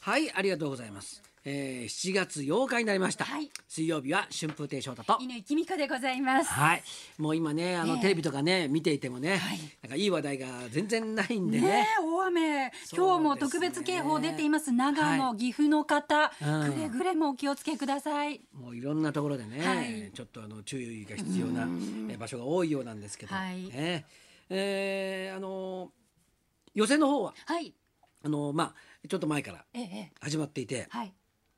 はいありがとうございます、えー、7月8日になりました、はい水曜日は春風亭昇太と犬きみこでございます。はいもう今ねあの、ええテレビとかね見ていてもね、はいなんかいい話題が全然ないんでねねえ大雨、すね今日も特別警報出ています。長野、はい岐阜の方、うんくれぐれもお気をつけください。もういろんなところでね、はいちょっとあの注意が必要なえ場所が多いようなんですけど、はいねえーあの予選の方ははい、あのまあちょっと前からええええ、始まっていて、はい、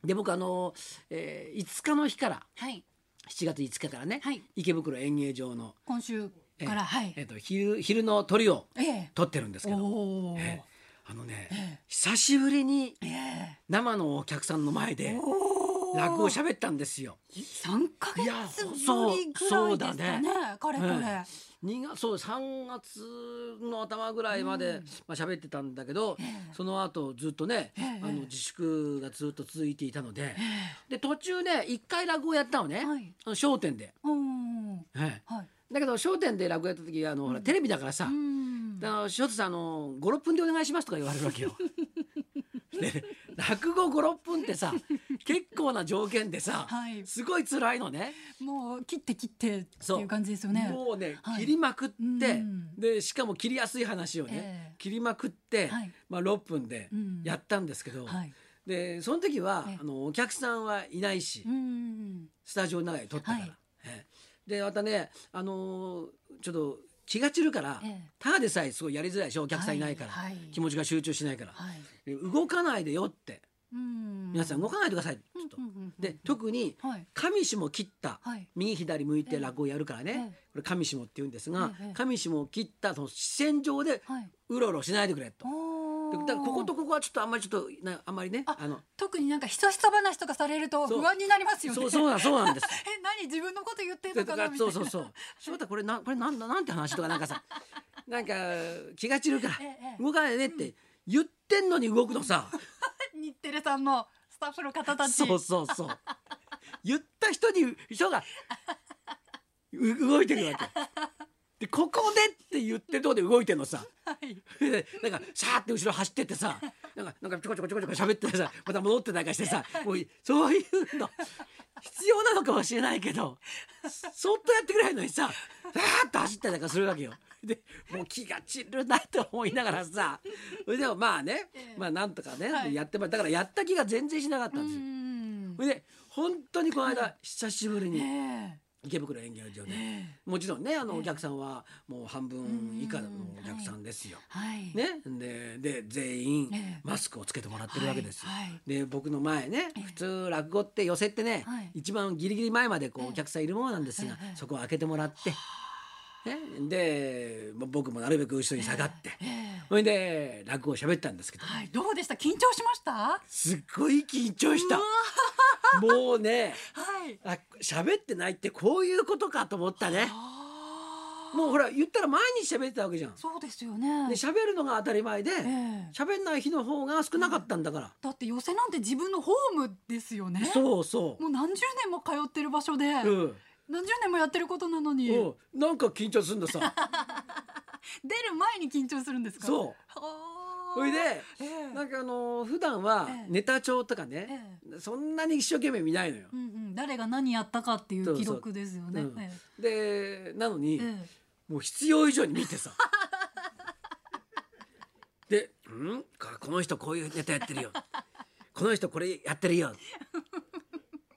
で僕あの、えー、5日の日からはい、 7月5日からね、はい池袋演芸場の、今週かえーら、はい、えーと昼昼の鳥をええ、撮ってるんですけど、おお、えーあのね、え久しぶりにええ、生のお客さんの前で落語を喋ったんですよ。三ヶいや月ぶりぐらいですかね、かれこれ、え2月そう3月の頭ぐらいまで、まあ喋ってたんだけど、その後ずっとね、ええあの自粛がずっと続いていたので、で途中ね一回落語やったのね、はいあの商店で、うん、ええはい、だけど商店で落語やった時あの、ほらテレビだからさ、うん、だから塩田さんあの56分でお願いしますとか言われるわ けよ。で落語56分ってさ結構な条件でさ、はいすごい辛いのね。もう切って切ってってそいうう感じですよね。もうね、はい切りまくって、うんでしかも切りやすい話をね、ええ切りまくって、はいまあ6分でうんやったんですけど、はい、でその時は、ええあのお客さんはいないし、うん、スタジオの中で撮ったから。はいええでまたねあのーちょっと気が散るから、ええただでさえすごいやりづらいでしょおお客さんいないから、はい、気持ちが集中しないから、はい、で動かないでよってうん、皆さん動かないでくださいちょっと。うんうんうんうんで特にはい上下切ったはい右左向いて落語をやるからね、ええこれ上下って言うんですが、ええ上下を切ったその視線上ではい。うろうろしないでくれと。おでだからこことかここはちょっとあんまりちょっとなあんまりねああの特になんかひそひそ話とかされるとそう不安になりますよね。そうそうなんそうなんです。 え何自分のこと言ってるでのとかなかみたいそな。うそうそう。翔太これなこれなんだなんて話とかなんか さなんか気が散るからえええ動かないでねって言ってんのに動くのさ。え日テレさんのスタッフの方たち。そうそうそう。 言った人に人がう動いてるわけ。でここでって言ってるとこで動いてんのさ。 はい。でなんかシャーって後ろ走ってってさなんかなんかちょこちょこちょこちょこ喋ってさまた戻ってなんかしてさもういそういうの必要なのかもしれないけどそっとやってくれないのにさあーっと走ったりなんかするわけよ。でもう気が散るなと思いながらさそれでもまあねええまあなんとかね、はいやってまだからやった気が全然しなかったうんですよ。んそ。れで本当にこの間久しぶりえにえ池袋演芸場でええもちろんねあのええお客さんはもう半分以下のお客さんですよ。はい。ね、でで全員ええマスクをつけてもらってるわけですよ。はいはいで僕の前ねええ普通落語って寄せってね、はい一番ギリギリ前までこえうえお客さんいるものなんですが、ええそこを開けてもらって、ね、でま僕もなるべく後ろに下がってええそれで落語を喋ったんですけど、はいどうでした緊張しました。はすっごい緊張したもうねい。あ喋ってないってこういうことかと思ったねああ。もうほら言ったら毎日喋ってたわけじゃん。そうですよねで。喋るのが当たり前でええ喋んない日の方が少なかったんだから。だって寄せなんて自分のホームですよね。そうそもう何十年も通ってる場所で、う。うん。何十年もやってることなのに、出るうん。なんか緊張するんだ さ。前に緊張するんですかそうはあそれでええなんかあのー普段はええネタ帳とかね、ええそんなに一生懸命見ないのよう。んうん、誰が何やったかっていそううそう記録ですよね。うんえでなのえに、えもう必要以上に見てさ。 で、うん、かこの人こういうネタやってるよ。この人これやってるよ。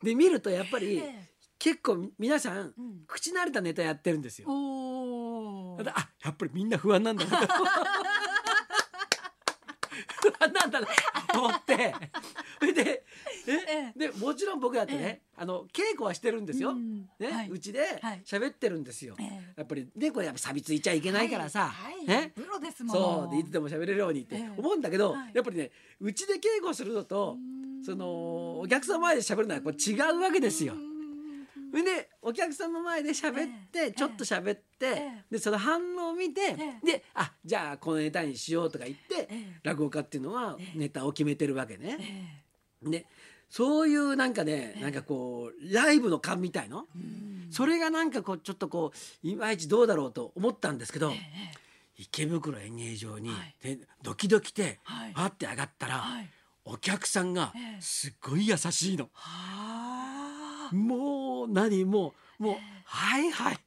で見るとやっぱえりえ結構皆さんえうん、口慣れたネタやってるんですよ。おーただあやっぱりみんな不安なんだな不安なんだなと思ってそれでええでもちろん僕だってね、あの稽古はしてるんですよ、うんねはいうちではい喋ってるんですよ、ええやっぱりねこれやっぱ錆びついちゃいけないからさ、はいはいねプロですもんそうでいつでも喋れるようにってええ思うんだけど、はいやっぱりねうちで稽古するのとうんそのお客さん前で喋るのはこれ違うわけですよう。んそれでお客さんの前で喋って、ええちょっと喋って、えでその反応を見て、ええであじゃあこのネタにしようとか言って、ええ落語家っていうのはええネタを決めてるわけね。えでそういうなんかね、ええなんかこうライブの感みたいの、えうんそれがなんかこうちょっとこういまいちどうだろうと思ったんですけど、ええ池袋演芸場に、はいでドキドキで、はいあって上がったら、はいお客さんがええすごい優しいの。はあ。もう何もうもうはいはい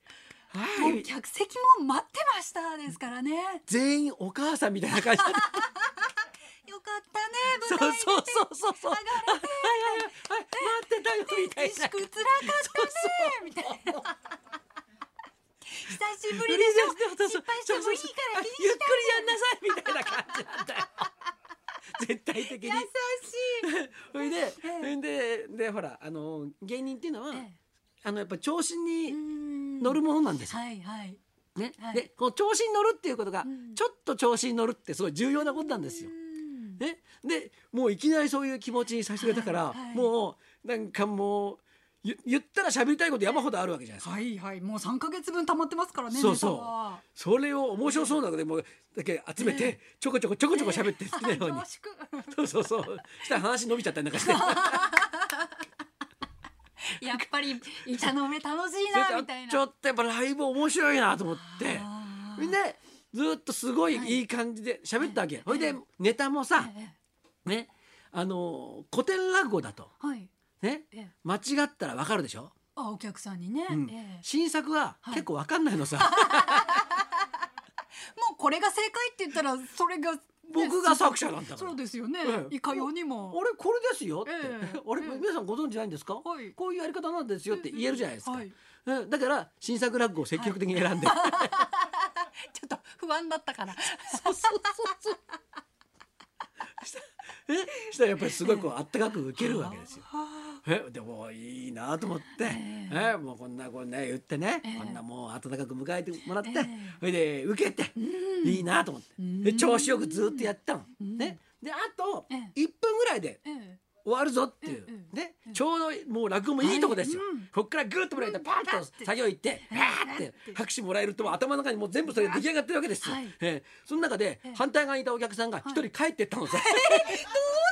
はもいう客席も待ってましたですからね。全員お母さんみたいな 感じだったよかったね。そう舞台にそうそうそうそう上はがいれてはいはい待ってたよみたい自な粛辛かったねみたいな。久しぶりでしょ。そうそ失う敗してもいいから気にゆっしくりやんなさいみたいな感じなんだ よ絶対的て。に優しい。それでええそれででほらあの芸人っていうのはえあのやっぱ調子にえうん乗るものなんですよはいはい。ねはいでこう調子に乗るっていうことがうんちょっと調子に乗るってすごい重要なことなんですよう。んね、でもういきなりそういう気持ちにさせてくれたから、はいはいもうなんかもうゆ言ったら喋りたいこと山ほどあるわけじゃないですか。はいはい。もう三ヶ月分溜まってますからね。そうそうネタはそれを面白そうなのでもうだけ集めてちょこちょこちょこちょこ喋って好きなように恐、縮そうそうそうしたら話伸びちゃったりなんかして やっぱり板の上楽しいそれでなあみたい な。ちょっとやっぱライブ面白いなと思ってあーみんなずっとすごいはいいい感じで喋ったわけ、ええそれでネタもさ、ええねあの古典落語だとはい。ねええ間違ったらわかるでしょあお客さんにね、うんええ新作は結構わかんない のさ、もうこれが正解って言ったらそれが、ね僕が作者なんだからそうですよね、ええいかようにも俺これですよって、ええ俺、ええ皆さんご存知ないんですか、はいこういうやり方なんですよって言えるじゃないですか、はいうんだから新作落語を積極的に選んで、ちょっと不安だったからそうそうそうそう えしたらやっぱりすごいこうあったかく受けるわけですよ。はあえでもいいなと思って、ええもうこんなこんな言ってね、ええこんなもう温かく迎えてもらって、ええそれで受けて、いいなと思って、んで調子よくずっとやったの。うんね、であとええ1分ぐらいでええ終わるぞっていう、ええね、ちょうどもう落語もいいとこですよ、はいうんこっからグッともらえてパンと作業行ってわーって拍手もらえるともう頭の中にもう全部それが出来上がってるわけですよ、はいええその中でええ反対側にいたお客さんが一人帰ってったの さ、どう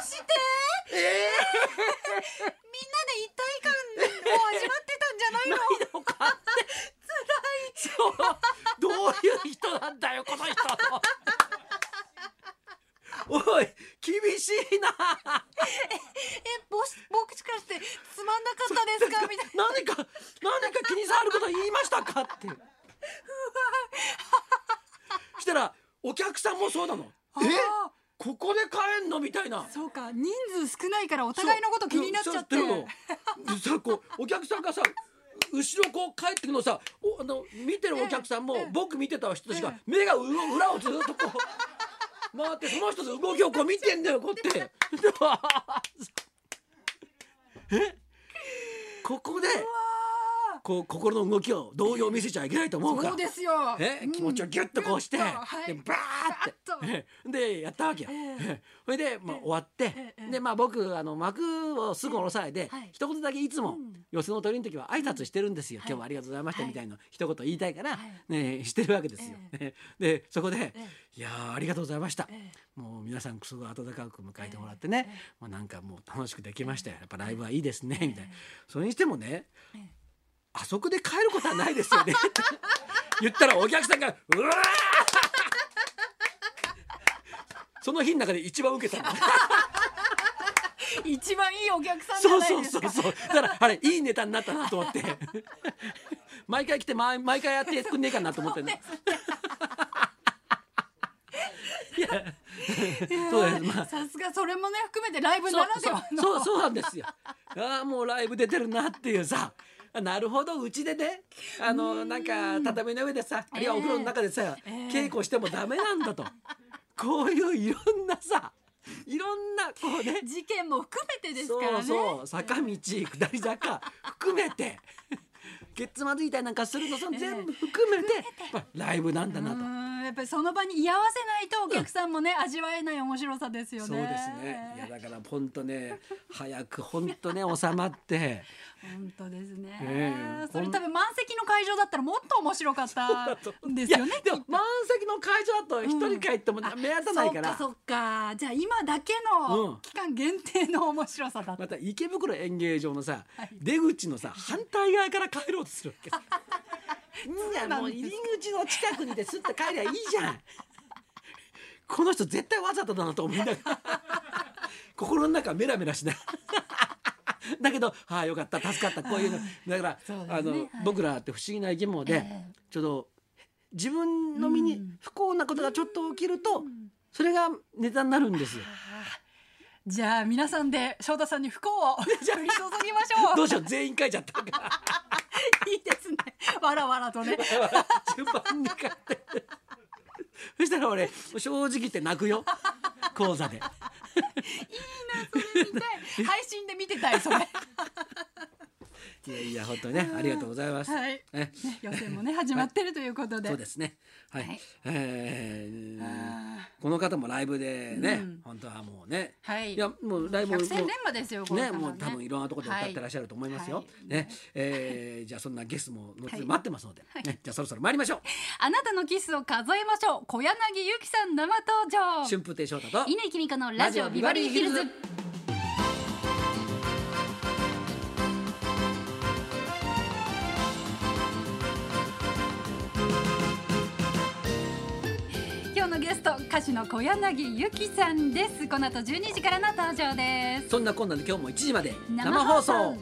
してみんなで一体感もう味わってたんじゃないののかってそう どういう人なんだよこの人 おい厳しいなえぼし僕しかしてつまんなかったですかみたい な何か何か気に障ること言いましたかって したらお客さんもそうなのえああここで帰んのみたいなそうか人数少ないからお互いのこと気になっちゃってそうそうでさこうお客さんがさ後ろこう帰ってくのさおあの見てるお客さんも、ええ僕見てた人たちがえ目がうろ裏をずっとこう回ってその人の動きをこう見てんだよこうやって。でわあえここでわあこう心の動きを動揺を見せちゃいけないと思うからそうですよえうん気持ちをギュッとこうして、ギュッとはいでバーってバーえでやったわけよ。えええそれで、まあ、終わって、ええでまあ僕あの幕をすぐ下ろさないで、ええはい一言だけいつも、うん寄せの鳥の時は挨拶してるんですよ、はい今日はありがとうございましたはいみたいな一言言いたいから、はね、してるわけですよ。 でそこで、えいやーありがとうございました。ええもう皆さんすごい温かく迎えてもらってね、ええもうなんかもう楽しくできましたよやっぱライブはいいですね、ええみたいなそれにしてもねええあそこで帰ることはないですよね って言ったらお客さんが「うわー!」その日の中で一番受 けたの一番いいお客さんじそゃうなそいうですそかうそうだからあれいいネタになったなと思って 毎回来て毎毎回やってくんねえかなと思ってね。 いやそうだよまあさすがそれもね含めてライブならではのそうそうそうそうなんですよああもうライブ出てるなっていうさあなるほどうちでねあのなんか畳の上でさあるいはお風呂の中でさ、ええ稽古してもダメなんだと、 こういういろんなさいろんなこうね事件も含めてですそからねうそう坂道下り坂含めてゲッツまずいたりなんかするのその全部含めて、やっぱライブなんだなと。うんやっぱりその場に居合わせないとお客さんもね、味わえない面白さですよねそうですね。いやだから本当ね、早く本当ね収まって。本当ですね、ええそれ多分満席の会場だったらもっと面白かったんですよねいやでも満席の会場だと一人帰っても目立たないから、そうかそうかじゃあ今だけうんの期間限定の面白さだった、また池袋演芸場のさ、はい出口のさ反対側から帰ろうとする わけいやなんですかもう入り口の近くにですって帰りゃ いいじゃんこの人絶対わざとだなと思いながら心の中メラメラしないだけど「はあよかった助かった」こういうのだから、そうですねあのはい僕らって不思議な生き物えで、えちょっと自分の身うにん不幸なことがちょっと起きると、うんそれがネタになるんですよ。 じゃあ皆さんで翔太さんに不幸を 降り注ぎましょどう。うしよう全員書いちゃったからいいですね。わらわらとね。 順番に書いてそしたら俺正直言って泣くよ講座で見たい配信で見てたいそれ。いやいや本当にねありがとうございます、はい。ねね予選もね始まってるということで。そうですねはい、はいえーあこの方もライブでね、うん本当はもうねー。はい。いやもうライブも百も戦う錬磨ですよ。このね、方もう多分いろんなところで歌ってらっししゃると思いますよ。はいはいね、えーじゃあそんなゲストも後ほはいど待ってますので、ね、じゃあそろそろ参りましょう。ゃる。あなたのキスを数えましょう。小柳ゆきさん生登場。春風亭昇太と稲井君香のラジオビバリーヒルズ。今日のゲスト歌手の小柳ゆきさんですこの後12時からの登場ですそんなこんなで今日も1時まで生生放放送送